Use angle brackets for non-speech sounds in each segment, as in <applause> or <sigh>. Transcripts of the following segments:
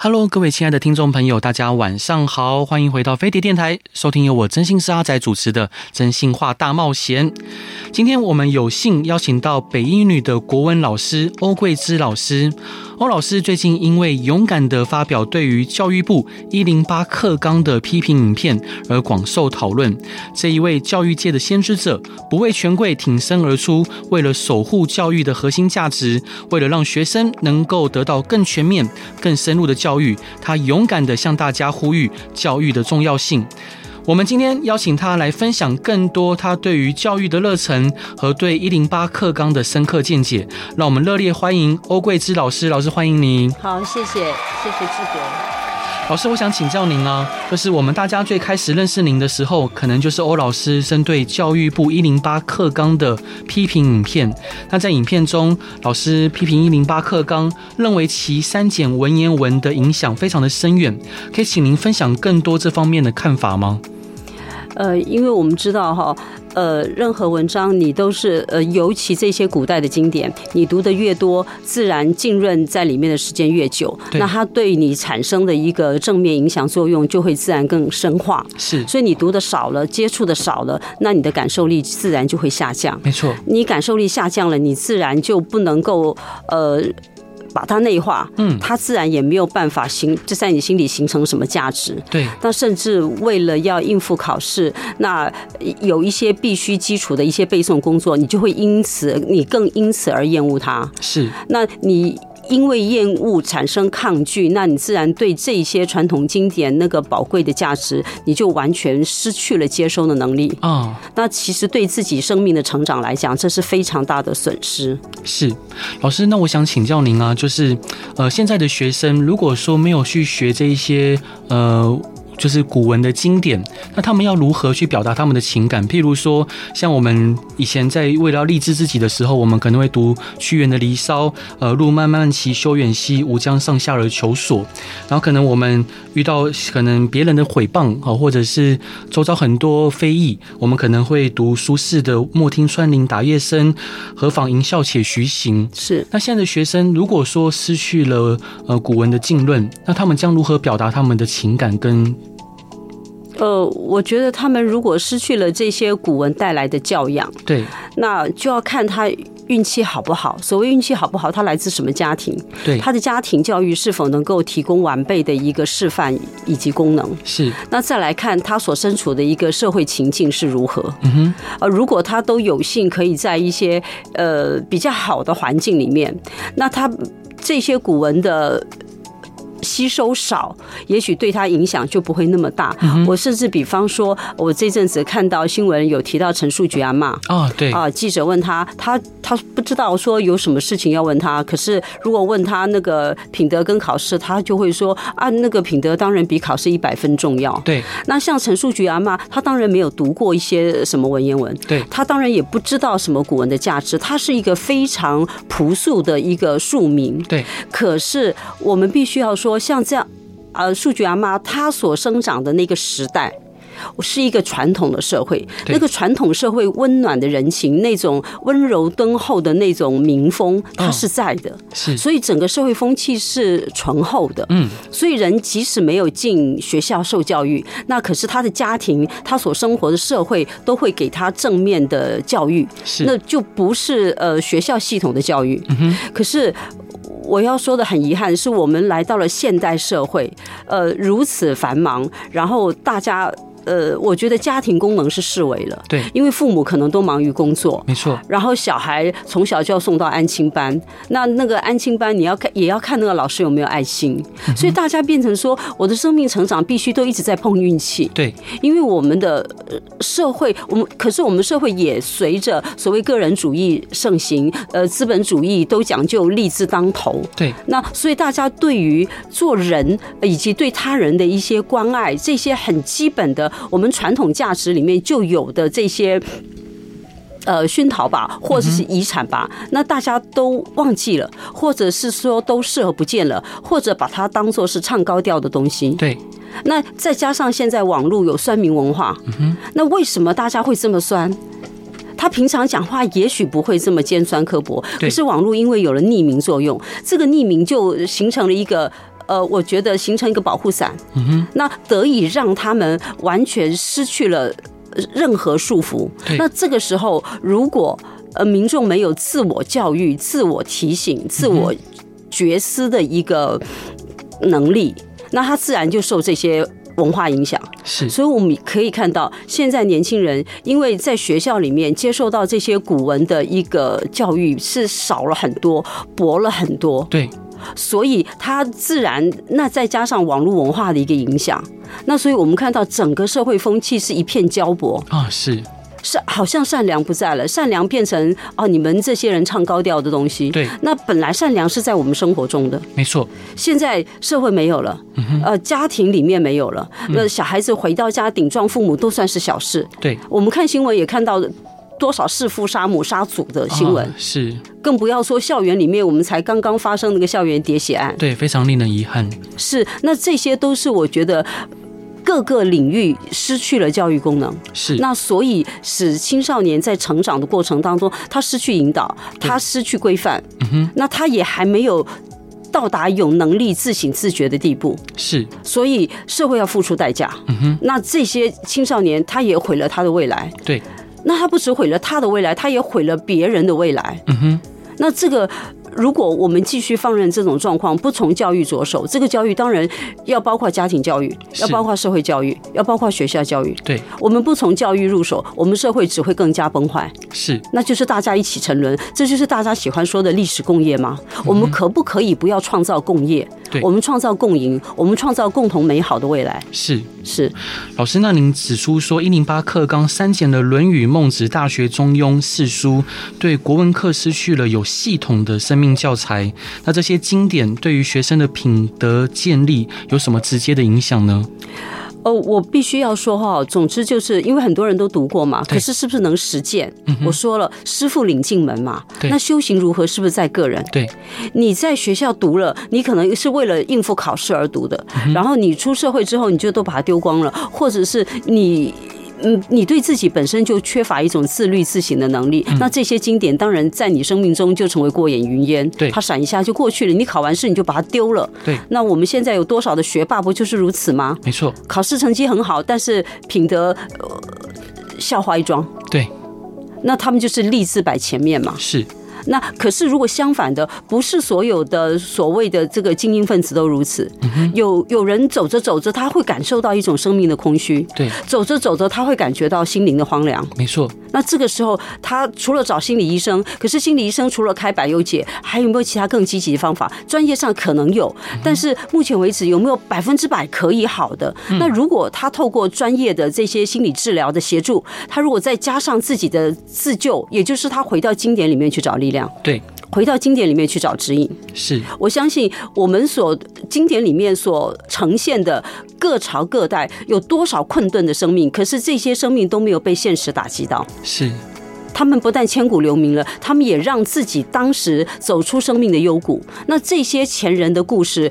Hello，各位亲爱的听众朋友，大家晚上好，欢迎回到飞碟电台，收听由我真心是阿仔主持的《真心话大冒险》。今天我们有幸邀请到北一女的国文老师欧桂芝老师。欧老师最近因为勇敢地发表对于教育部一零八课纲的批评影片而广受讨论。这一位教育界的先知者，不畏权贵，挺身而出，为了守护教育的核心价值，为了让学生能够得到更全面、更深入的教育，他勇敢地向大家呼吁教育的重要性。我们今天邀请他来分享更多他对于教育的热忱和对一零八课纲的深刻见解，让我们热烈欢迎欧桂芝老师。老师，欢迎您。好，谢谢，谢谢志国。老师，我想请教您啊，就是我们大家最开始认识您的时候，可能就是欧老师针对教育部一零八课纲的批评影片。那在影片中，老师批评一零八课纲，认为其删减文言文的影响非常的深远，可以请您分享更多这方面的看法吗？呃，因为我们知道哈，呃，任何文章你都是呃，尤其这些古代的经典，你读的越多，自然浸润在里面的时间越久，对那它对你产生的一个正面影响作用就会自然更深化。是，所以你读的少了，接触的少了，那你的感受力自然就会下降。没错，你感受力下降了，你自然就不能够呃把它内化，嗯它自然也没有办法形就在你心里形成什么价值。对，那甚至为了要应付考试，那有一些必须基础的一些背诵工作，你就会因此你更因此而厌恶它。是，那你。因为厌恶产生抗拒，那你自然对这些传统经典那个宝贵的价值，你就完全失去了接收的能力。啊、那其实对自己生命的成长来讲，这是非常大的损失。是，老师，那我想请教您啊，就是，呃，现在的学生如果说没有去学这一些，呃。就是古文的经典，那他们要如何去表达他们的情感？譬如说，像我们以前在为了要励志自己的时候，我们可能会读屈原的《离骚》，呃，路漫漫其修远兮，吾将上下而求索。然后可能我们遇到可能别人的毁谤啊，或者是周遭很多非议，我们可能会读苏轼的“莫听穿林打叶声，何妨吟啸且徐行”。是那现在的学生如果说失去了呃古文的浸润，那他们将如何表达他们的情感跟呃，我觉得他们如果失去了这些古文带来的教养，对那就要看他运气好不好。所谓运气好不好，他来自什么家庭，对他的家庭教育是否能够提供完备的一个示范以及功能。是那再来看他所身处的一个社会情境是如何。嗯哼呃，如果他都有幸可以在一些呃比较好的环境里面，那他这些古文的。吸收少，也许对他影响就不会那么大。嗯我甚至比方说，我这阵子看到新闻有提到陈树菊阿嬷啊对啊，记者问他，他他不知道说有什么事情要问他，可是如果问他那个品德跟考试，他就会说啊，那个品德当然比考试一百分重要。对那像陈树菊阿妈，她当然没有读过一些什么文言文，对她当然也不知道什么古文的价值，她是一个非常朴素的一个庶民。对可是我们必须要说，像这样，呃，树菊阿妈她所生长的那个时代。是一个传统的社会，对那个传统社会温暖的人情，那种温柔敦厚的那种民风，嗯它是在的，是所以整个社会风气是醇厚的。嗯所以人即使没有进学校受教育，那可是他的家庭、他所生活的社会都会给他正面的教育，那是就不是呃学校系统的教育。嗯哼可是。我要说的很遗憾，是我们来到了现代社会，呃，如此繁忙，然后大家呃，我觉得家庭功能是视为了，对，因为父母可能都忙于工作，没错，然后小孩从小就要送到安亲班，那那个安亲班你要看，也要看那个老师有没有爱心，所以大家变成说，我的生命成长必须都一直在碰运气，对，因为我们的呃社会，我们可是我们社会也随着所谓个人主义盛行，呃，资本主义都讲究利字当头，对，那所以大家对于做人呃以及对他人的一些关爱，这些很基本的我们传统价值里面就有的这些。呃，熏陶吧，或者是遗产吧，那大家都忘记了，或者是说都视而不见了，或者把它当做是唱高调的东西。对，那再加上现在网络有酸民文化，那为什么大家会这么酸？他平常讲话也许不会这么尖酸刻薄，对可是网络因为有了匿名作用，这个匿名就形成了一个。呃，我觉得形成一个保护伞，嗯哼，那得以让他们完全失去了呃任何束缚对。那这个时候，如果呃民众没有自我教育、自我提醒、自我觉思的一个能力，那他自然就受这些文化影响。是，所以我们可以看到，现在年轻人因为在学校里面接受到这些古文的一个教育是少了很多，薄了很多，对，所以他自然那再加上网络文化的一个影响，那所以我们看到整个社会风气是一片焦薄，啊，是，是好像善良不在了，善良变成哦你们这些人唱高调的东西。对，那本来善良是在我们生活中的，没错，现在社会没有了，嗯呃，家庭里面没有了，那小孩子回到家顶撞父母都算是小事。对，我们看新闻也看到多少弑父杀母杀祖的新闻，啊是更不要说校园里面，我们才刚刚发生那个校园喋血案。对，非常令人遗憾，是，那这些都是我觉得。各个领域失去了教育功能，是，那所以使青少年在成长的过程当中，他失去引导，他失去规范，嗯那他也还没有到达有能力自省自觉的地步。是，所以社会要付出代价。嗯那这些青少年他也毁了他的未来，对，那他不只毁了他的未来，他也毁了别人的未来。嗯哼，那这个。如果我们继续放任这种状况，不从教育着手，这个教育当然要包括家庭教育，是要包括社会教育，要包括学校教育。对，我们不从教育入手，我们社会只会更加崩坏。是，那就是大家一起沉沦，这就是大家喜欢说的历史共业吗？我们可不可以不要创造共业嗯对？我们创造共赢，我们创造共同美好的未来。是。是老师，那您指出说，一零八课纲删减了《论语》《孟子》《大学》《中庸》四书，对国文课失去了有系统的生命教材。那这些经典对于学生的品德建立有什么直接的影响呢？哦，我必须要说哈，总之就是因为很多人都读过嘛，对嗯可是是不是能实践？我说了，师傅领进门嘛，对那修行如何？是不是在个人？对，你在学校读了，你可能是为了应付考试而读的，然后你出社会之后，你就都把它丢光了，或者是你。嗯，你对自己本身就缺乏一种自律自省的能力，那这些经典当然在你生命中就成为过眼云烟，对它闪一下就过去了。你考完试你就把它丢了，对，那我们现在有多少的学霸不就是如此吗？没错，考试成绩很好，但是品德、呃、笑话一桩，对，那他们就是立字摆前面嘛。是，那可是，如果相反的，不是所有的所谓的这个精英分子都如此。有有人走着走着，他会感受到一种生命的空虚；对，走着走着，他会感觉到心灵的荒凉。没错，那这个时候，他除了找心理医生，可是心理医生除了开百忧解，还有没有其他更积极的方法？专业上可能有，但是目前为止有没有百分之百可以好的？那如果他透过专业的这些心理治疗的协助，他如果再加上自己的自救，也就是他回到经典里面去找力量，对，回到经典里面去找指引。是，我相信我们所经典里面所呈现的各朝各代有多少困顿的生命，可是这些生命都没有被现实打击到。是，他们不但千古留名了，他们也让自己当时走出生命的幽谷。那这些前人的故事，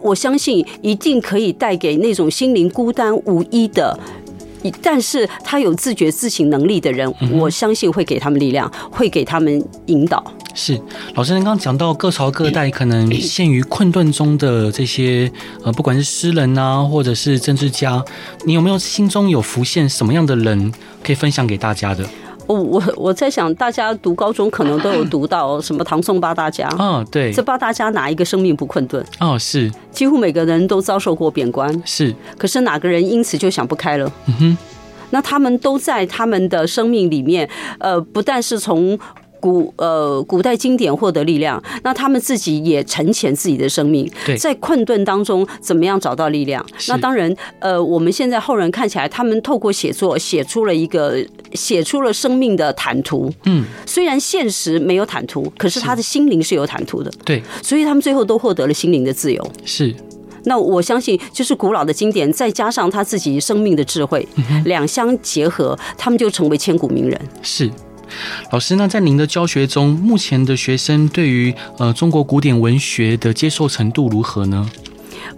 我相信一定可以带给那种心灵孤单无依的。但是他有自觉自省能力的人，我相信会给他们力量，会给他们引导。是，老师您刚刚讲到各朝各嗯代可能陷于困顿中的这些呃，不管是诗人啊，或者是政治家，你有没有心中有浮现什么样的人可以分享给大家的？我我我在想，大家读高中可能都有读到什么唐宋八大家，啊、对嗯这，八大家哪一个生命不困顿？哦，是几乎每个人都遭受过贬官，是，可是哪个人因此就想不开了？嗯哼，那他们都在他们的生命里面，呃，不但是从。古呃，古代经典获得力量，那他们自己也沉潜自己的生命对，在困顿当中怎么样找到力量？是那当然，呃，我们现在后人看起来，他们透过写作写出了一个写出了生命的坦途。嗯，虽然现实没有坦途，可是他的心灵是有坦途的，对，所以他们最后都获得了心灵的自由。是，那我相信，就是古老的经典，再加上他自己生命的智慧，两相结合，他们就成为千古名人。是。老师，那在您的教学中，目前的学生对于呃中国古典文学的接受程度如何呢？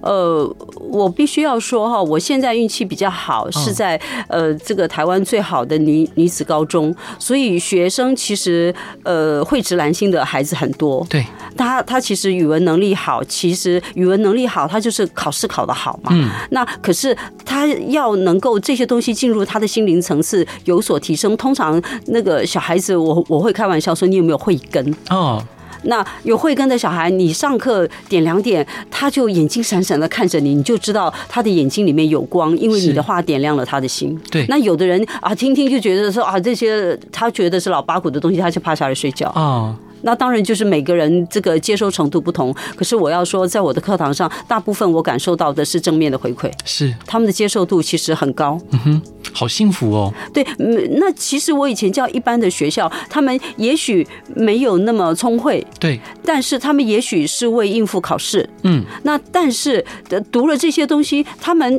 呃，我必须要说哈，我现在运气比较好，是在呃这个台湾最好的女女子高中，所以学生其实呃蕙质兰心的孩子很多。对，他他其实语文能力好，其实语文能力好，他就是考试考得好嘛。嗯，那可是他要能够这些东西进入他的心灵层次有所提升，通常那个小孩子我，我会开玩笑说，你有没有慧根？哦，那有慧根的小孩，你上课点两点，他就眼睛闪闪的看着你，你就知道他的眼睛里面有光，因为是你的话点亮了他的心。对那有的人啊，听听就觉得说啊，这些他觉得是老八股的东西，他就趴下来睡觉。哦，那当然就是每个人这个接收程度不同。可是我要说，在我的课堂上，大部分我感受到的是正面的回馈，是，他们的接受度其实很高。嗯哼，好幸福哦，对，嗯，那其实我以前教一般的学校，他们也许没有那么聪慧，对，但是他们也许是为应付考试。嗯，那但是呃读了这些东西，他们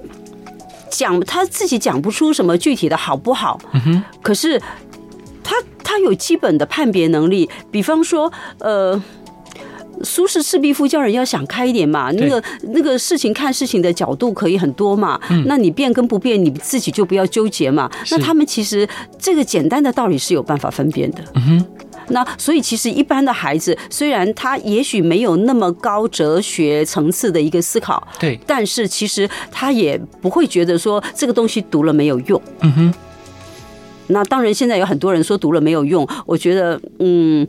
讲他自己讲不出什么具体的好不好，嗯哼，可是他他有基本的判别能力，比方说，呃。苏轼、赤壁赋叫人要想开一点嘛，那个那个事情看事情的角度可以很多嘛。那你变跟不变，你自己就不要纠结嘛。嗯是那他们其实这个简单的道理是有办法分辨的。嗯哼，那所以其实一般的孩子，虽然他也许没有那么高哲学层次的一个思考，对，但是其实他也不会觉得说这个东西读了没有用。嗯哼，那当然，现在有很多人说读了没有用，我觉得，嗯，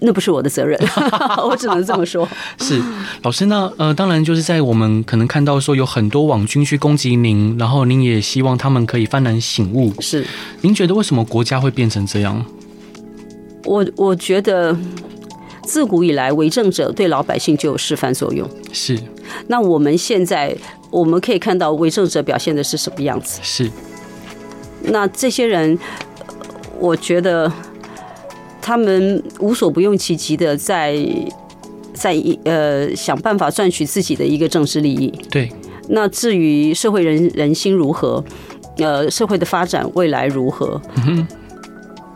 那不是我的责任， <laughs> 我只能这么说。是老师那呃，当然就是在我们可能看到说有很多网军去攻击您，然后您也希望他们可以幡然醒悟。是您觉得为什么国家会变成这样？我，我觉得。自古以来，为政者对老百姓就有示范作用。是那我们现在，我们可以看到为政者表现的是什么样子。是，那这些人，呃我觉得他们无所不用其极的在在一呃想办法赚取自己的一个政治利益。对，那至于社会人人心如何，呃，社会的发展未来如何，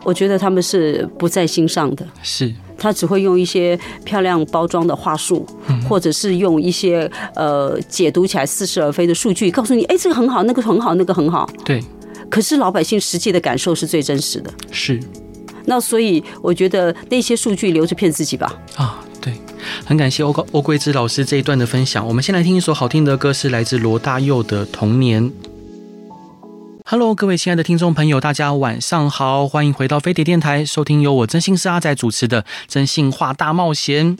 我觉得他们是不在心上的。是他只会用一些漂亮包装的话术，或者是用一些呃解读起来似是而非的数据，告诉你，哎，这个很好，那个很好，那个很好。对，可是老百姓实际的感受是最真实的。是那所以我觉得那些数据留着骗自己吧。啊，对，很感谢欧高欧桂芝老师这一段的分享。我们先来听一首好听的歌，是来自罗大佑的《童年》。Hello，各位亲爱的听众朋友，大家晚上好，欢迎回到飞碟电台，收听由我真心是阿仔主持的《真心话大冒险》。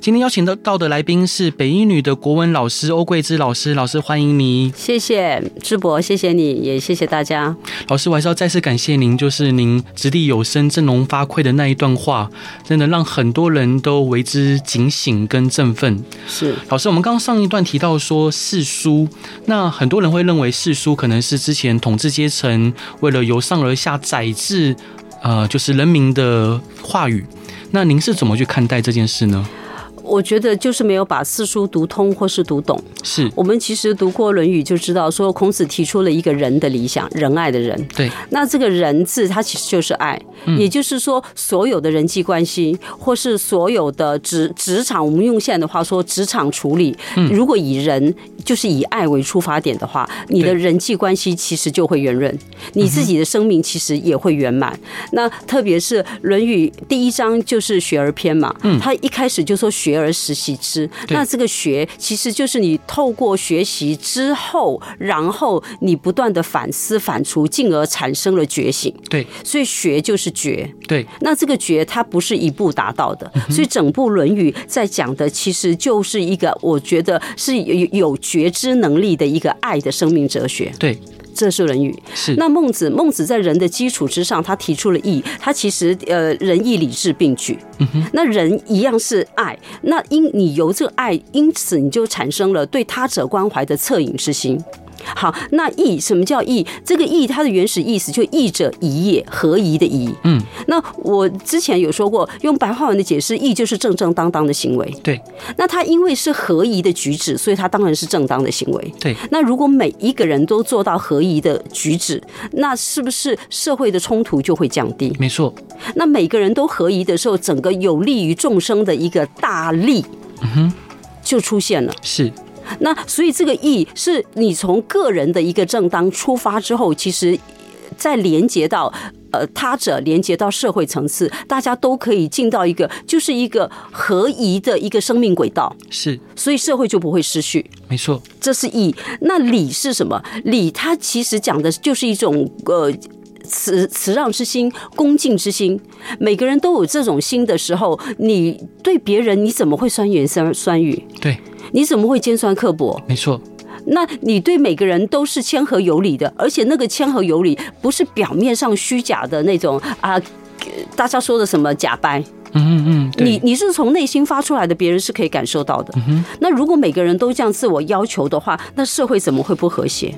今天邀请的到的来宾是北一女的国文老师欧桂芝老师，老师欢迎你。谢谢智博，谢谢你也谢谢大家。老师，我还是要再次感谢您，就是您掷地有声、振聋发聩的那一段话，真的让很多人都为之警醒跟振奋。是老师，我们刚刚上一段提到说世书，那很多人会认为世书可能是之前统治阶层为了由上而下宰制，呃，就是人民的话语。那您是怎么去看待这件事呢？我觉得就是没有把四书读通或是读懂。是我们其实读过《论语》就知道，说孔子提出了一个人的理想，仁爱的仁。对，那这个仁字，它其实就是爱，嗯也就是说，所有的人际关系，或是所有的职职场，我们用现在的话说，职场处理，嗯如果以人就是以爱为出发点的话，你的对嗯人际关系其实就会圆润，你自己的生命其实也会圆满。那特别是《论语》第一章就是学而篇嘛，他一开始就说学学而时习之。嗯对那这个学其实就是你透过学习之后，然后你不断的反思、反刍，进而产生了觉醒。对所以学就是觉，对，那这个觉它不是一步达到的，所以整部《论语》在讲的其实就是一个，我觉得是有有觉知能力的一个爱的生命哲学，对这是《论语》。是，那孟子，孟子在人的基础之上，他提出了义，他其实呃仁义礼智并举。嗯那人一样是爱，那因你由这个爱，因此你就产生了对他者关怀的恻隐之心。好，那义什么叫义？这个义它的原始意思就义者宜也，合宜的宜。嗯，那我之前有说过，用白话文的解释，义就是正正当当的行为。对那他因为是合宜的举止，所以他当然是正当的行为。对那如果每一个人都做到合宜的举止，那是不是社会的冲突就会降低？没错，那每个人都合宜的时候，整个有利于众生的一个大利，就出现了。是那所以这个义是你从个人的一个正当出发之后，其实再连接到。呃，他者连接到社会层次，大家都可以进到一个就是一个合宜的一个生命轨道，是所以社会就不会失序。没错，这是义。那礼是什么？礼它其实讲的就是一种呃。慈慈让之心、恭敬之心，每个人都有这种心的时候，你对别人你怎么会酸言酸酸语？对你怎么会尖酸刻薄？没错，那你对每个人都是谦和有礼的，而且那个谦和有礼不是表面上虚假的那种啊，大家说的什么假掰，嗯嗯嗯，你对你是从内心发出来的，别人是可以感受到的。那如果每个人都这样自我要求的话，那社会怎么会不和谐？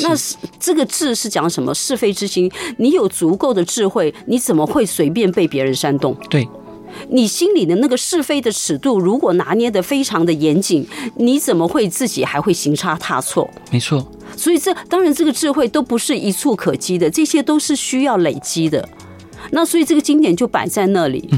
那是这个智是讲什么？是非之心，你有足够的智慧，你怎么会随便被别人煽动？对你心里的那个是非的尺度，如果拿捏得非常的严谨，你怎么会自己还会行差踏错？没错，所以这当然这个智慧都不是一蹴可及的，这些都是需要累积的。那所以这个经典就摆在那里。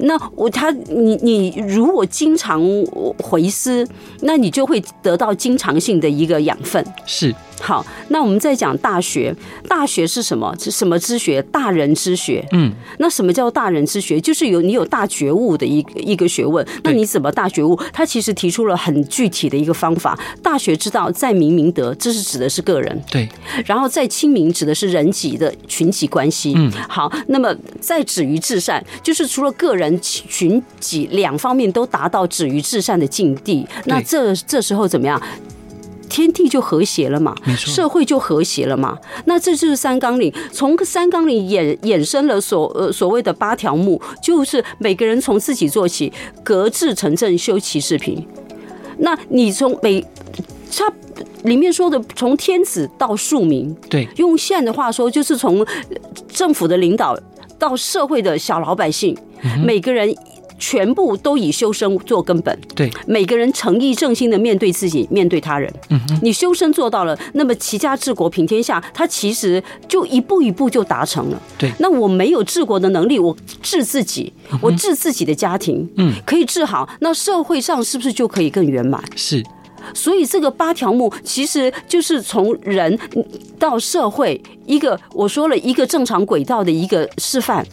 那我他你你如果经常呃回思，那你就会得到经常性的一个养分。是好，那我们再讲大学，大学是什么？是什么之学？大人之学。嗯，那什么叫大人之学？就是有你有大觉悟的一个一个学问。那你怎么大觉悟？他其实提出了很具体的一个方法。大学之道，在明明德，这是指的是个人；对然后在亲民，指的是人己的群体关系。嗯，好，那么在止于至善，就是除了个人、群己两方面都达到止于至善的境地，那这这时候怎么样？天地就和谐了嘛，没错社会就和谐了嘛。那这就是三纲领，从三纲领衍衍生了所呃所谓的八条目，就是每个人从自己做起，格致成正，修齐治平。那你从每它里面说的，从天子到庶民，对用现在的话说，就是从呃政府的领导到社会的小老百姓，嗯每个人全部都以修身做根本，对每个人诚意正心的面对自己，面对他人。嗯你修身做到了，那么齐家治国平天下，它其实就一步一步就达成了。对那我没有治国的能力，我治自己，我治自己的家庭，嗯，可以治好，那社会上是不是就可以更圆满？是所以这个八条目其实就是从人到社会一个我说了一个正常轨道的一个示范。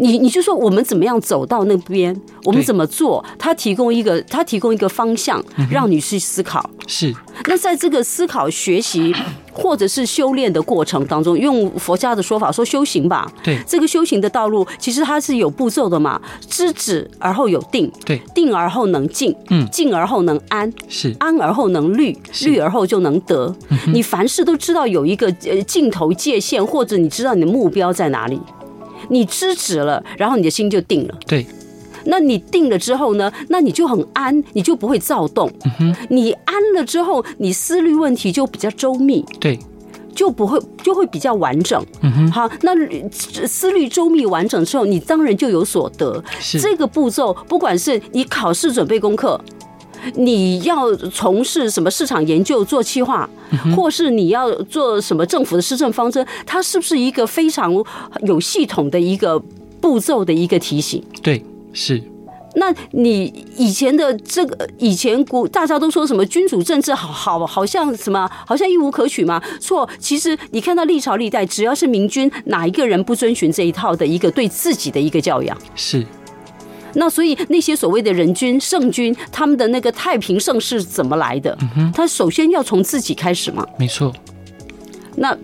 你你就说我们怎么样走到那边，我们对怎么做？它提供一个它提供一个方向，嗯让你去思考。是那在这个思考、<coughs> 学习或者是修炼的过程当中，用佛家的说法说修行吧，对这个修行的道路其实它是有步骤的嘛，知止而后有定，对定而后能静，嗯静而后能安，是安而后能虑，是虑而后就能得。你凡事都知道有一个呃尽头界限，或者你知道你的目标在哪里，你知止了，然后你的心就定了。对那你定了之后呢？那你就很安，你就不会躁动。你安了之后，你思虑问题就比较周密，对就不会就会比较完整。好，那呃思虑周密完整之后，你当然就有所得。是这个步骤，不管是你考试准备功课。你要从事什么市场研究、做企划，或是你要做什么政府的施政方针，它是不是一个非常有系统的一个步骤的一个提醒？对是那你以前的这个以前古大家都说什么君主政治好好好像什么好像一无可取嘛？错，其实你看到历朝历代，只要是明君，哪一个人不遵循这一套的一个对自己的一个教养？是那所以那些所谓的人君、圣君，他们的那个太平盛世怎么来的？他首先要从自己开始嘛。没错，那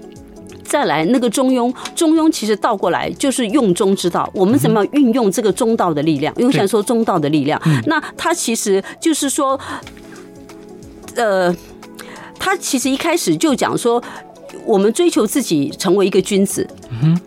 再来那个中庸，中庸其实倒过来就是用中之道，我们怎么运用这个中道的力量？因为我想说中道的力量，那它其实就是说，呃，它其实一开始就讲说。我们追求自己成为一个君子，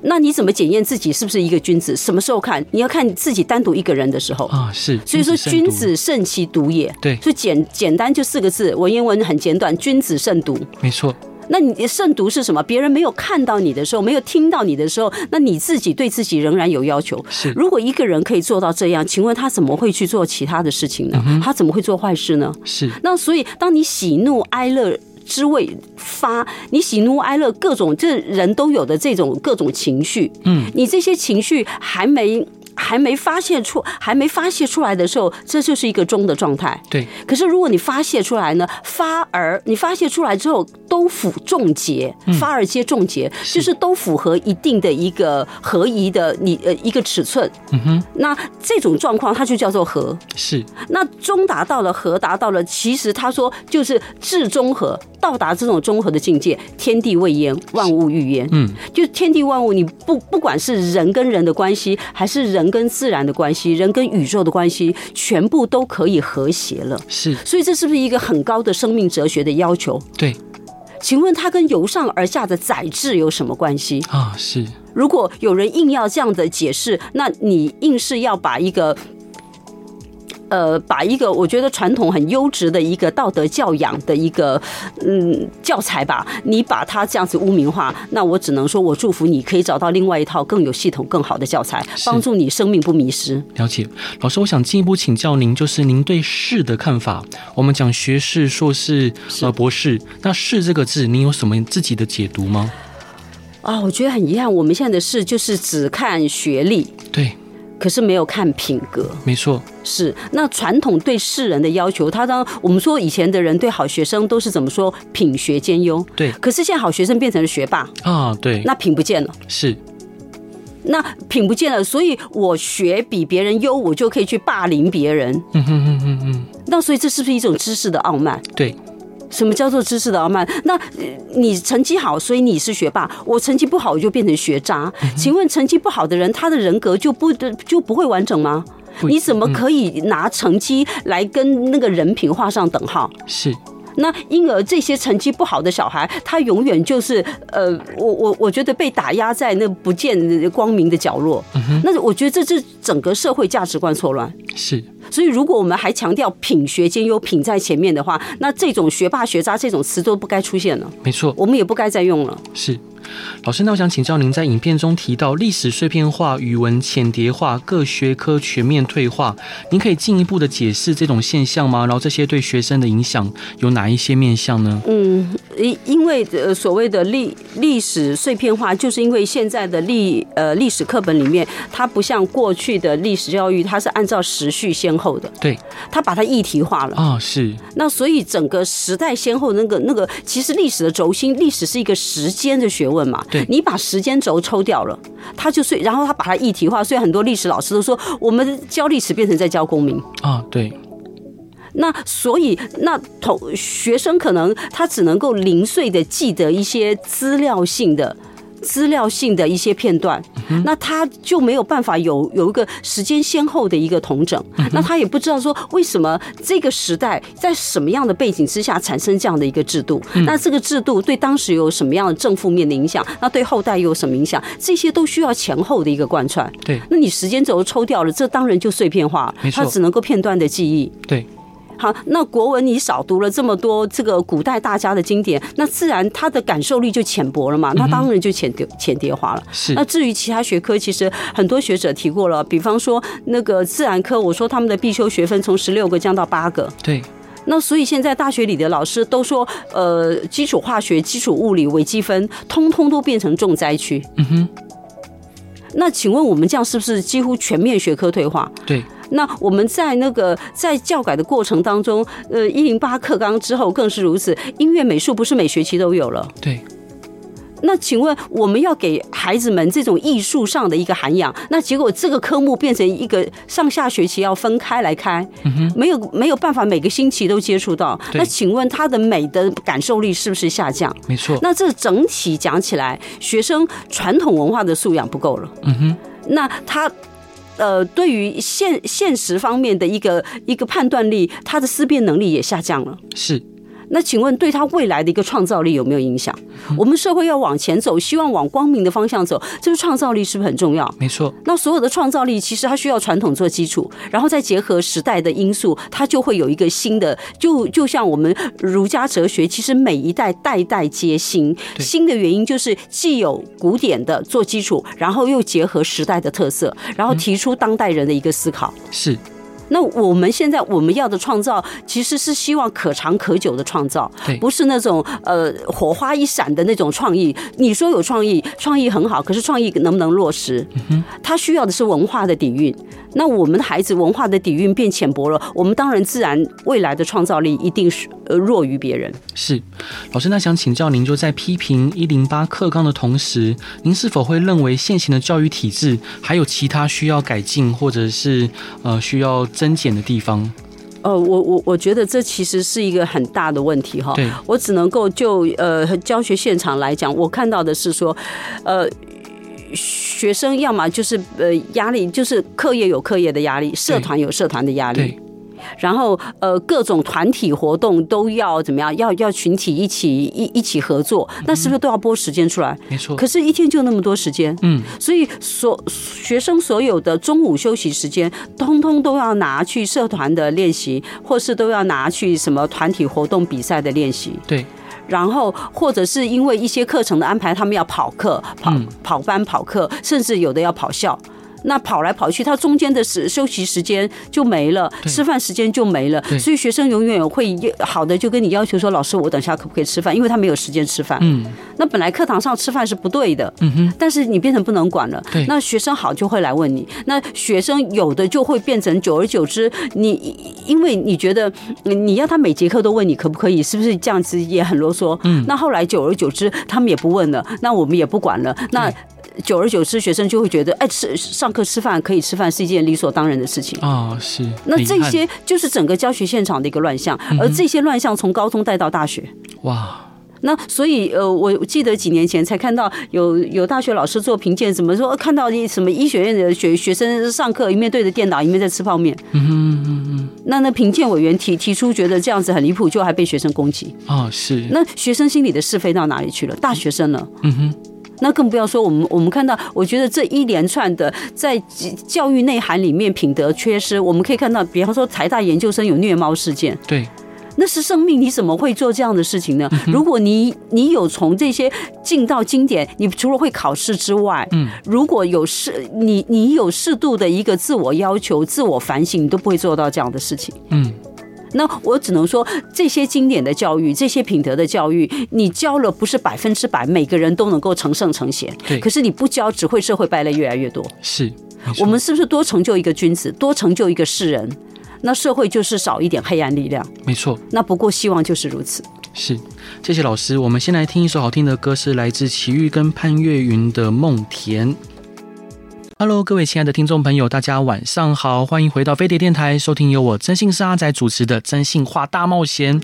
那你怎么检验自己是不是一个君子？什么时候看？你要看你自己单独一个人的时候。啊，是。所以说，慎君独，子慎其独也。对所以简简单就四个字，文言文很简短，君子慎独。没错，那你的慎独是什么？别人没有看到你的时候，没有听到你的时候，那你自己对自己仍然有要求。是如果一个人可以做到这样，请问他怎么会去做其他的事情嗯呢？他怎么会做坏事呢？是，那所以，当你喜怒哀乐之味发，你喜怒哀乐各种，这人都有的这种各种情绪，嗯，你这些情绪还没。还没发泄出，还没发泄出来的时候，这就是一个中的状态。对，可是如果你发泄出来呢，发而你发泄出来之后都符重结，嗯发而皆重结，就是都符合一定的一个合宜的你呃一个尺寸。嗯哼，那这种状况它就叫做和。是，那中达到了，和达到了，其实他说就是至中和，到达这种中和的境界，天地未焉，万物欲焉。嗯，就天地万物，你不不管是人跟人的关系，还是人跟自然的关系，人跟宇宙的关系，全部都可以和谐了。是，所以这是不是一个很高的生命哲学的要求？对，请问它跟由上而下的载质有什么关系？啊，是，如果有人硬要这样的解释，那你硬是要把一个。呃，把一个我觉得传统很优质的一个道德教养的一个嗯教材吧，你把它这样子污名化，那我只能说，我祝福你可以找到另外一套更有系统、更好的教材，是帮助你生命不迷失。了解，老师，我想进一步请教您，就是您对“士”的看法。我们讲学士、硕士、呃博士，那“士”这个字，您有什么自己的解读吗？啊、我觉得很遗憾，我们现在的事就是只看学历，对，可是没有看品格。没错，是，那传统对世人的要求，他当我们说以前的人对好学生都是怎么说，品学兼优。对可是现在好学生变成了学霸，啊，对，那品不见了，是那品不见了，所以我学比别人优，我就可以去霸凌别人。嗯哼哼哼哼。那所以这是不是一种知识的傲慢？对，什么叫做知识的傲慢？那呃你成绩好，所以你是学霸；我成绩不好，我就变成学渣。嗯请问成绩不好的人，他的人格就不就不会完整吗？不一你怎么可以拿成绩来跟那个人品画上等号？是那因而这些成绩不好的小孩，他永远就是呃，我我我觉得被打压在那不见光明的角落。嗯那我觉得这这整个社会价值观错乱。是所以，如果我们还强调品学兼优、品在前面的话，那这种学霸、学渣这种词都不该出现了，没错，我们也不该再用了。是。老师，那我想请教您，在影片中提到历史碎片化、语文浅叠化，各学科全面退化，您可以进一步的解释这种现象吗？然后这些对学生的影响有哪一些面向呢？嗯，因因为呃所谓的历历史碎片化，就是因为现在的历呃历史课本里面，它不像过去的历史教育，它是按照时序先后的，对，它把它议题化了。啊，是那所以整个时代先后那个那个，其实历史的轴心，历史是一个时间的学问嘛。对你把时间轴抽掉了，它就是，然后它把它议题化，所以很多历史老师都说，我们教历史变成在教公民。啊，对，那所以那同学生可能他只能够零碎的记得一些资料性的。资料性的一些片段，嗯那他就没有办法有有一个时间先后的一个统整，嗯那他也不知道说为什么这个时代在什么样的背景之下产生这样的一个制度，嗯那这个制度对当时有什么样的正负面的影响，那对后代又有什么影响，这些都需要前后的一个贯穿。对，那你时间轴抽掉了，这当然就碎片化没，错它只能够片段的记忆。对，好，那国文你少读了这么多这个古代大家的经典，那自然他的感受力就浅薄了嘛，那当然就浅叠浅叠化了。是那至于其他学科，其实很多学者提过了，比方说那个自然科，我说他们的必修学分从十六个降到八个，对，那所以现在大学里的老师都说，呃，基础化学、基础物理、微积分，通通都变成重灾区。嗯哼。那请问我们这样是不是几乎全面学科退化？对，那我们在那个在教改的过程当中，呃，一零八课纲之后更是如此，音乐、美术不是每学期都有了。对，那请问我们要给孩子们这种艺术上的一个涵养，那结果这个科目变成一个上下学期要分开来开，没有没有办法每个星期都接触到。对那请问他的美的感受力是不是下降？没错，那这整体讲起来，学生传统文化的素养不够了。嗯哼，那他。呃，对于现现实方面的一个一个判断力，他的思辨能力也下降了。是那请问对他未来的一个创造力有没有影响？我们社会要往前走，希望往光明的方向走，这个创造力是不是很重要？没错，那所有的创造力，其实它需要传统做基础，然后再结合时代的因素，它就会有一个新的。就就像我们儒家哲学，其实每一代代代皆新。对新的原因就是既有古典的做基础，然后又结合时代的特色，然后提出当代人的一个思考。是那我们现在我们要的创造，其实是希望可长可久的创造对，不是那种呃火花一闪的那种创意。你说有创意，创意很好，可是创意能不能落实？它需要的是文化的底蕴。那我们的孩子文化的底蕴变浅薄了，我们当然自然未来的创造力一定是呃弱于别人。是。老师，那想请教您，就在批评一零八课纲的同时，您是否会认为现行的教育体制还有其他需要改进或者是呃需要增减的地方？呃，我我我觉得这其实是一个很大的问题哈。对，我只能够就呃教学现场来讲，我看到的是说，呃。学生要么就是呃压力，就是课业有课业的压力，社团有社团的压力，对，然后呃各种团体活动都要怎么样，要要群体一起一一起合作，嗯那是不是都要拨时间出来？没错可，是，一天就那么多时间，嗯，所以所学生所有的中午休息时间，通通都要拿去社团的练习，或是都要拿去什么团体活动比赛的练习，对，然后或者是因为一些课程的安排，他们要跑课、跑嗯跑班、跑课，甚至有的要跑校。那跑来跑去，他中间的时休息时间就没了，对吃饭时间就没了对，所以学生永远会好的就跟你要求说，老师，我等下可不可以吃饭？因为他没有时间吃饭。嗯那本来课堂上吃饭是不对的，嗯哼，但是你变成不能管了对，那学生好就会来问你，那学生有的就会变成久而久之，你因为你觉得嗯你要他每节课都问你可不可以，是不是这样子也很啰嗦？嗯，那后来久而久之他们也不问了，那我们也不管了，那。久而久之，学生就会觉得，哎，吃上课吃饭可以吃饭是一件理所当然的事情。啊、是。那林这汉些就是整个教学现场的一个乱象，而这些乱象从高中带到大学。哇，那所以呃，我记得几年前才看到有有大学老师做评鉴，怎么说呃看到一什么医学院的学学生上课一面对着电脑，一面在吃泡面。嗯嗯嗯。那那评鉴委员提提出觉得这样子很离谱，就还被学生攻击。啊、是，那学生心里的是非到哪里去了？大学生了。嗯哼，那更不要说我们，我们看到，我觉得这一连串的在教教育内涵里面品德缺失，我们可以看到，比方说台大研究生有虐猫事件，对，那是生命，你怎么会做这样的事情呢？如果你你有从这些进到经典，你除了会考试之外，嗯，如果有适你你有适度的一个自我要求、自我反省，你都不会做到这样的事情。嗯，那我只能说，这些经典的教育，这些品德的教育，你教了不是百分之百每个人都能够成圣成贤，对可是你不教，只会社会败类越来越多。是，没错我们是不是多成就一个君子，多成就一个世人，那社会就是少一点黑暗力量？没错，那不过希望就是如此。 <laughs> 是，谢谢老师。我们先来听一首好听的歌，是来自齐豫跟潘越云的《梦田》。Hello，各位亲爱的听众朋友，大家晚上好，欢迎回到飞碟电台，收听由我真心是阿仔主持的《真心话大冒险》。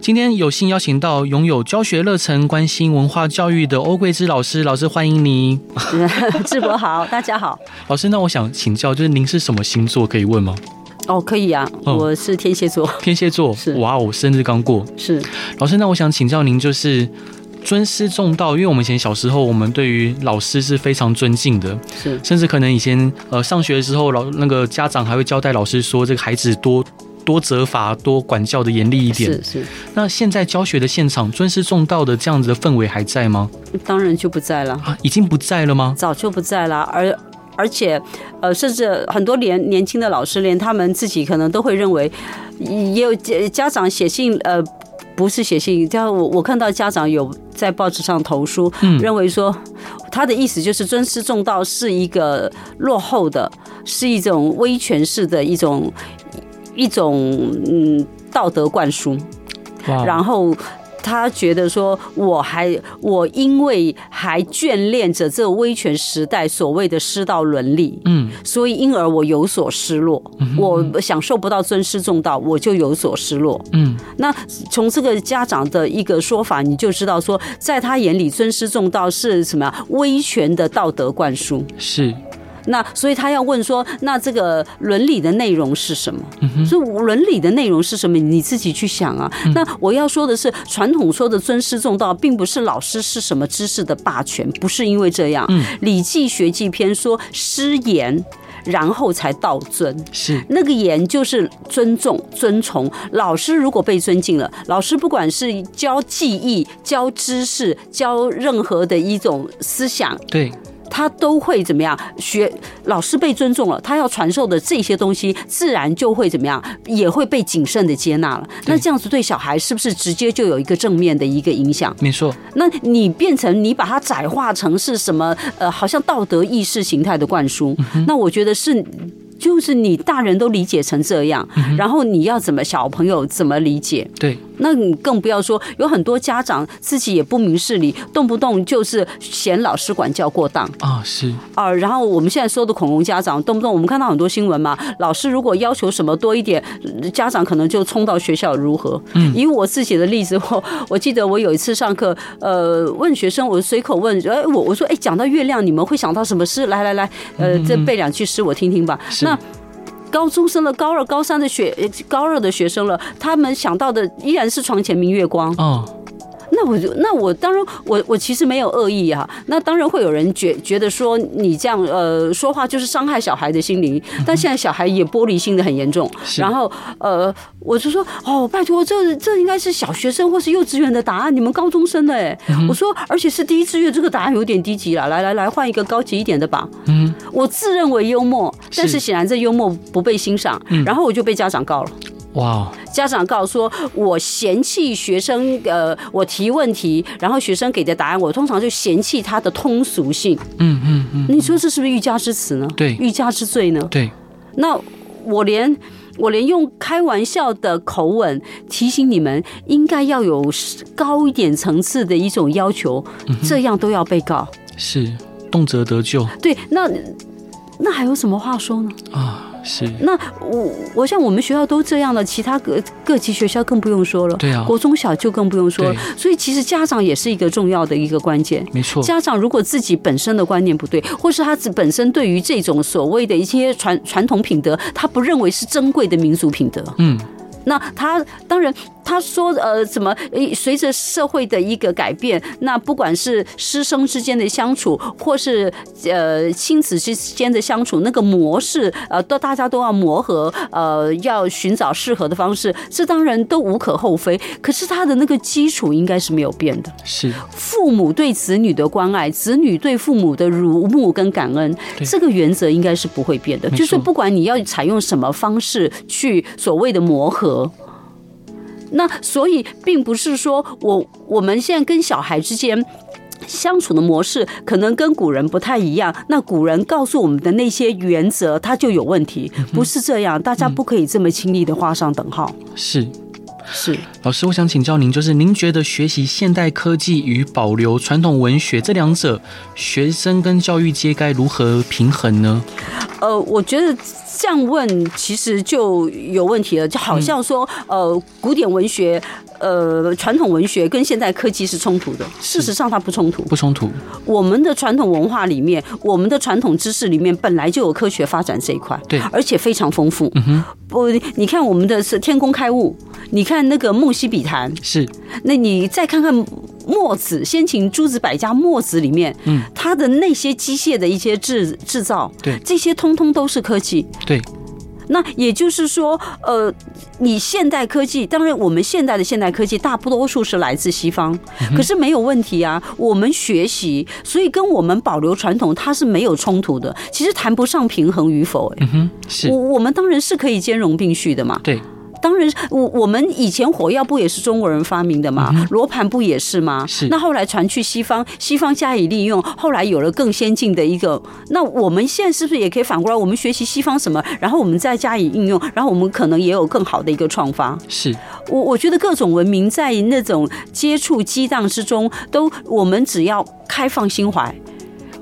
今天有幸邀请到拥有教学热忱、关心文化教育的欧桂芝老师，老师欢迎你。智博好，大家好。老师，那我想请教，就是您是什么星座？可以问吗？哦，可以啊，嗯我是天蝎座，天蝎座是。哇哦，生日刚过。是老师，那我想请教您，就是尊师重道，因为我们以前小时候，我们对于老师是非常尊敬的，是甚至可能以前呃上学的时候，老那个家长还会交代老师说，这个孩子多多责罚、多管教的严厉一点。是是，那现在教学的现场，尊师重道的这样子的氛围还在吗？当然就不在了，啊，已经不在了吗？早就不在了，而。而且，呃，甚至很多年年轻的老师，连他们自己可能都会认为，也有家家长写信，呃，不是写信，家我我看到家长有在报纸上投书，嗯认为说他的意思就是尊师重道是一个落后的，是一种威权式的一种一种嗯道德灌输。哇，然后他觉得说，我还我因为还眷恋着这威权时代所谓的师道伦理，嗯，所以因而我有所失落，我享受不到尊师重道，我就有所失落。嗯那从这个家长的一个说法，你就知道说，在他眼里尊师重道是什么呀威权的道德灌输。是，那所以他要问说，那这个伦理的内容是什么？所以伦理的内容是什么？你自己去想啊。那我要说的是，传统说的尊师重道，并不是老师是什么知识的霸权，不是因为这样。礼记学记篇说师言，然后才道尊。是，那个言就是尊重、尊崇。老师如果被尊敬了，老师不管是教技艺、教知识、教任何的一种思想，对，他都会怎么样？学老师被尊重了，他要传授的这些东西，自然就会怎么样？也会被谨慎的接纳了。那这样子对小孩是不是直接就有一个正面的一个影响？没错，那你变成你把它窄化成是什么？呃，好像道德意识形态的灌输。那我觉得是。就是你大人都理解成这样，然后你要怎么小朋友怎么理解？对，那你更不要说有很多家长自己也不明事理，动不动就是嫌老师管教过当啊、是，啊。然后我们现在说的恐龙家长，动不动我们看到很多新闻嘛，老师如果要求什么多一点，家长可能就冲到学校如何？嗯以我自己的例子，我我记得我有一次上课，呃，问学生，我随口问，哎，我我说，哎，讲到月亮，你们会想到什么诗？来来来，呃，这背两句诗我听听吧。嗯是那高中生了，高二、高三的学，呃高二的学生了，他们想到的依然是床前明月光。哦，那我就那我当然我我其实没有恶意啊，那当然会有人觉觉得说你这样呃说话就是伤害小孩的心灵，但现在小孩也玻璃心的很严重，嗯是然后呃我就说哦拜托这这应该是小学生或是幼稚园的答案，你们高中生的哎，嗯我说而且是第一志愿这个答案有点低级了，来来来换一个高级一点的吧，嗯，我自认为幽默，但是嗯是显然这幽默不被欣赏，然后我就被家长告了。哇哦，家长告说，我嫌弃学生，呃，我提问题，然后学生给的答案，我通常就嫌弃他的通俗性。嗯嗯嗯，你说这是不是欲加之词呢？对欲加之罪呢？对，那我连。我连用开玩笑的口吻提醒你们，应该要有高一点层次的一种要求，这样都要被告。是，动辄得咎对，那那还有什么话说呢？啊，是，那我我想我们学校都这样了，其他各各级学校更不用说了，对啊国中小就更不用说了对。所以其实家长也是一个重要的一个关键。没错，家长如果自己本身的观念不对，或是他自本身对于这种所谓的一些传传统品德，他不认为是珍贵的民族品德，嗯，那他当然他说呃怎么诶随着社会的一个改变，那不管是师生之间的相处，或是呃亲子之间的相处，那个模式呃都大家都要磨合，呃要寻找适合的方式，这当然都无可厚非。可是他的那个基础应该是没有变的，是，父母对子女的关爱，子女对父母的如沐跟感恩对，这个原则应该是不会变的。没错就是不管你要采用什么方式去所谓的磨合。那所以，并不是说我我们现在跟小孩之间相处的模式可能跟古人不太一样。那古人告诉我们的那些原则，它就有问题，嗯不是这样。大家不可以这么轻易的画上等号。是。是，老师，我想请教您，就是您觉得学习现代科技与保留传统文学这两者，学生跟教育界该如何平衡呢？呃，我觉得这样问其实就有问题了，就好像说，嗯呃，古典文学。呃，传统文学跟现代科技是冲突的，事实上它不冲突。不冲突，我们的传统文化里面，我们的传统知识里面本来就有科学发展这一块，对而且非常丰富。嗯哼，不，你看我们的是天工开物，你看那个《梦溪笔谈》，是那你再看看墨子，先秦诸子百家墨子里面，嗯，它的那些机械的一些制制造，对这些通通都是科技。对，那也就是说，呃，你现代科技，当然我们现代的现代科技大多数是来自西方，可是没有问题啊。我们学习，所以跟我们保留传统，它是没有冲突的。其实谈不上平衡与否、哎嗯哼，是我，我们当然是可以兼容并蓄的嘛。对，当然，我我们以前火药不也是中国人发明的吗？罗盘不也是吗？是那后来传去西方，西方加以利用，后来有了更先进的一个。那我们现在是不是也可以反过来，我们学习西方什么，然后我们再加以应用，然后我们可能也有更好的一个创发？是我我觉得各种文明在那种接触激荡之中，都我们只要开放心怀。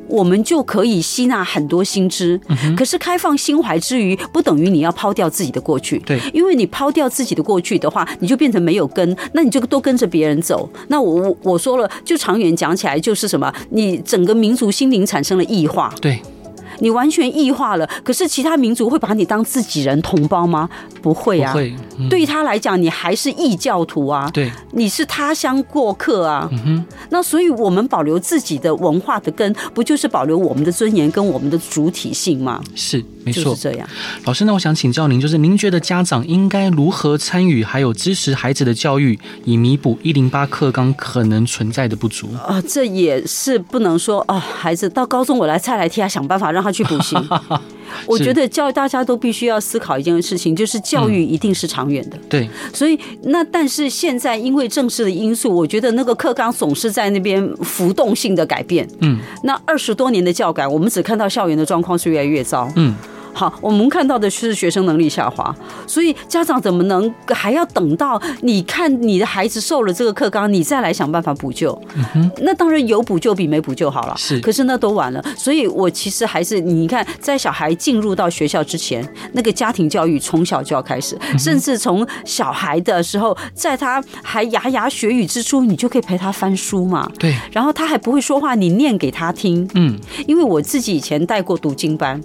我们就可以吸纳很多新知，嗯可是开放心怀之余，不等于你要抛掉自己的过去。对因为你抛掉自己的过去的话，你就变成没有根，那你就都跟着别人走。那我我我说了，就长远讲起来，就是什么？你整个民族心灵产生了异化，对，你完全异化了。可是其他民族会把你当自己人同胞吗？不会不啊。会，嗯对他来讲，你还是异教徒啊，对，你是他乡过客啊。嗯那所以我们保留自己的文化的根，不就是保留我们的尊严跟我们的主体性吗？哼，是没就错是。这样。老师，那我想请教您，就是您觉得家长应该如何参与还有支持孩子的教育，以弥补一零八课纲可能存在的不足？啊，这也是不能说啊，孩子到高中我来再来替他想办法让他去 <laughs> 补习。我觉得教大家都必须要思考一件事情，就是教育一定是长远的。对，所以那但是现在因为政治的因素，我觉得那个课纲总是在那边浮动性的改变。嗯那二十多年的教改，我们只看到校园的状况是越来越糟。嗯，好，我们看到的是学生能力下滑，所以家长怎么能还要等到你看你的孩子受了这个课纲，你再来想办法补救？那当然有补救比没补救好了，嗯是可是那都晚了，所以我其实还是你看，在小孩进入到学校之前，那个家庭教育从小就要开始，嗯甚至从小孩的时候，在他还牙牙学语之初，你就可以陪他翻书嘛。对，然后他还不会说话，你念给他听。嗯因为我自己以前带过读经班，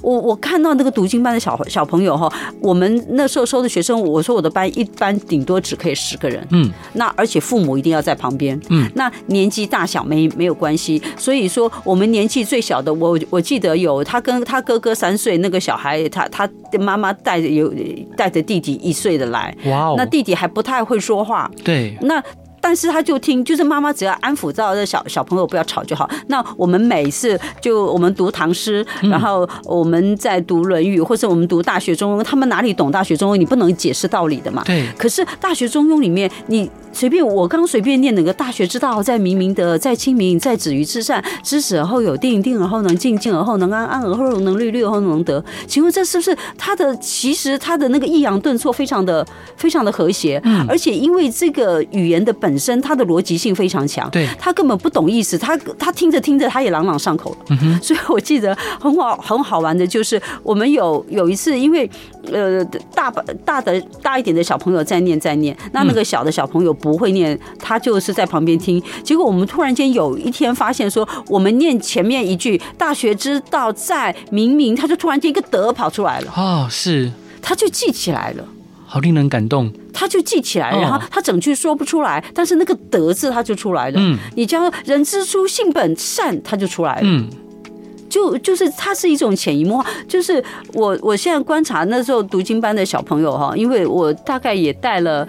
我我看到那个读经班的小小朋友哈，我们那时候收的学生，我说我的班一班顶多只可以十个人，嗯，那而且父母一定要在旁边，嗯，那年纪大小没没有关系，所以说我们年纪最小的，我我记得有他跟他哥哥三岁，那个小孩他他妈妈带着有带着弟弟一岁的来，哇哦，那弟弟还不太会说话，对，那但是他就听，就是妈妈只要安抚到这小小朋友不要吵就好。那我们每次就我们读唐诗，然后我们在读《论语》，或者我们读《大学中庸》，他们哪里懂《大学中庸》？你不能解释道理的嘛。对，可是《大学中庸》里面，你随便我刚随便念那个“大学之道，在明明德，在亲民，在止于至善。知止而后有定，定而后能静，静而后能安，安而后能虑，虑而后能得。”请问这是不是它的？其实它的那个抑扬顿挫非常的非常的和谐，嗯，而且因为这个语言的本身，它的逻辑性非常强，对他根本不懂意思，他他听着听着他也朗朗上口了。嗯哼，所以我记得很好很好玩的就是，我们有有一次，因为呃大吧大的大一点的小朋友在念在念，那那个小的小朋友不会念，他就是在旁边听。结果我们突然间有一天发现说，我们念前面一句“大学之道在明明”，他就突然间一个“德”跑出来了，哦，是，他就记起来了。好令人感动，他就记起来，哦然后他整句说不出来，但是那个“德”字他就出来了。嗯你教人之初，性本善，他就出来了。嗯，就就是它是一种潜移默化，就是我我现在观察那时候读经班的小朋友哈，因为我大概也带了。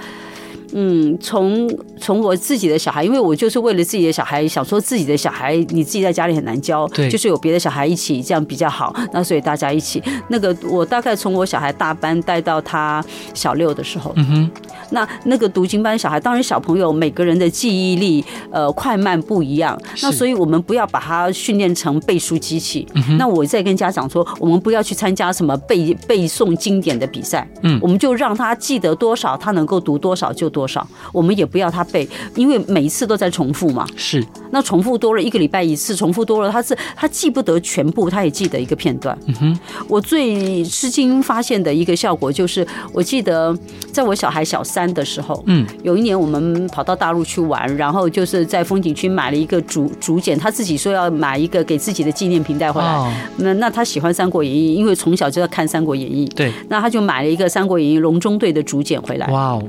嗯，从从我自己的小孩，因为我就是为了自己的小孩，想说自己的小孩你自己在家里很难教，对就是有别的小孩一起这样比较好。那所以大家一起，那个我大概从我小孩大班带到他小六的时候，嗯哼，那那个读经班小孩，当然小朋友每个人的记忆力呃快慢不一样，是嗯那所以我们不要把它训练成背书机器。那我再跟家长说，我们不要去参加什么背背诵经典的比赛，嗯我们就让他记得多少，他能够读多少就多少。我们也不要他背，因为每一次都在重复嘛。是，那重复多了一个礼拜一次，重复多了，他是他记不得全部，他也记得一个片段。嗯哼，我最吃惊发现的一个效果就是，我记得在我小孩小三的时候，嗯，有一年我们跑到大陆去玩，然后就是在风景区买了一个竹竹简，他自己说要买一个给自己的纪念品带回来。哦，那那他喜欢《三国演义》，因为从小就要看《三国演义》，对，那他就买了一个《三国演义》隆中对的竹简回来。哇哦，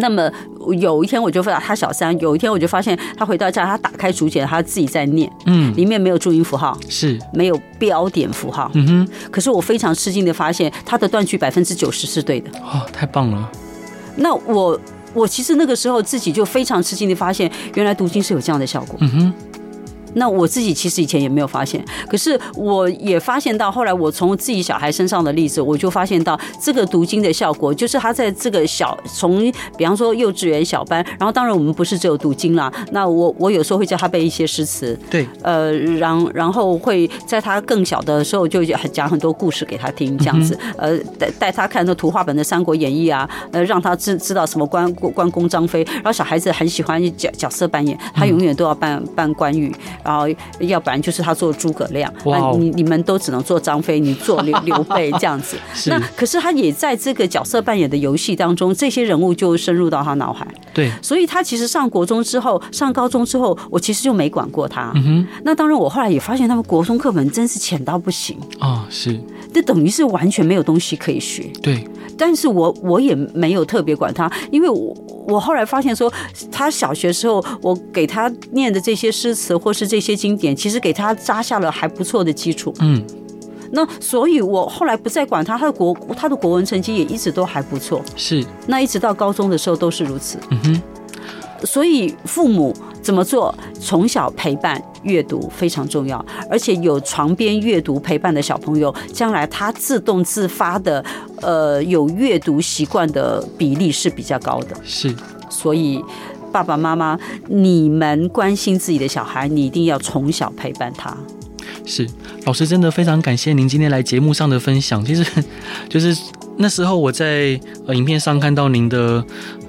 那么有一天我就发现他小三，有一天我就发现他回到家，他打开竹简，他自己在念，嗯，里面没有注音符号，是，没有标点符号。嗯哼，可是我非常吃惊的发现，他的断句百分之九十是对的。哦，太棒了，那我我其实那个时候自己就非常吃惊的发现，原来读经是有这样的效果。嗯哼，那我自己其实以前也没有发现，可是我也发现到，后来我从自己小孩身上的例子，我就发现到这个读经的效果，就是他在这个小从，比方说幼稚园小班，然后当然我们不是只有读经啦，那我我有时候会叫他背一些诗词，对，呃，然然后会在他更小的时候就讲很多故事给他听，这样子，嗯呃，带带他看那图画本的《三国演义》啊，呃，让他知知道什么关关公张飞，然后小孩子很喜欢角角色扮演，嗯他永远都要扮扮关羽，然后要不然就是他做诸葛亮，哇那哦你你们都只能做张飞，你 <laughs> 做刘刘备这样子。是那可是他也在这个角色扮演的游戏当中，这些人物就深入到他脑海。对，所以他其实上国中之后，上高中之后，我其实就没管过他。嗯那当然，我后来也发现他们国中课本真是浅到不行，哼，哦，是这等于是完全没有东西可以学。对，但是我我也没有特别管他，因为我我后来发现说，他小学时候我给他念的这些诗词或是这些经典，其实给他扎下了还不错的基础。嗯，那所以，我后来不再管他，他的国他的国文成绩也一直都还不错。是，那一直到高中的时候都是如此。嗯哼，所以父母怎么做？从小陪伴阅读非常重要，而且有床边阅读陪伴的小朋友，将来他自动自发的，呃，有阅读习惯的比例是比较高的。是，所以，爸爸妈妈，你们关心自己的小孩，你一定要从小陪伴他。是，老师真的非常感谢您今天来节目上的分享。其实，就是那时候我在呃影片上看到您的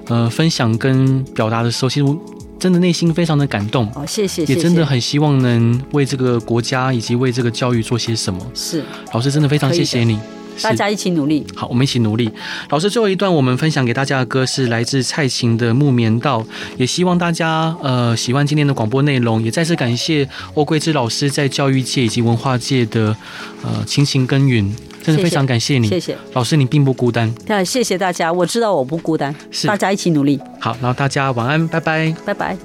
呃分享跟表达的时候，其实我真的内心非常的感动，哦，谢谢，谢也谢，真的很希望能为这个国家以及为这个教育做些什么。是老师真的非常可以谢谢的你，大是家一起努力。好，我们一起努力。老师，最后一段我们分享给大家的歌是来自蔡琴的《木棉道》，也希望大家呃喜欢今天的广播内容，也再次感谢欧桂芝老师在教育界以及文化界的呃辛勤耕耘，真的非常感谢你，谢谢，老师，你并不孤单。那谢谢大家，我知道我不孤单，是大家一起努力，好，然后大家晚安，拜拜。拜拜。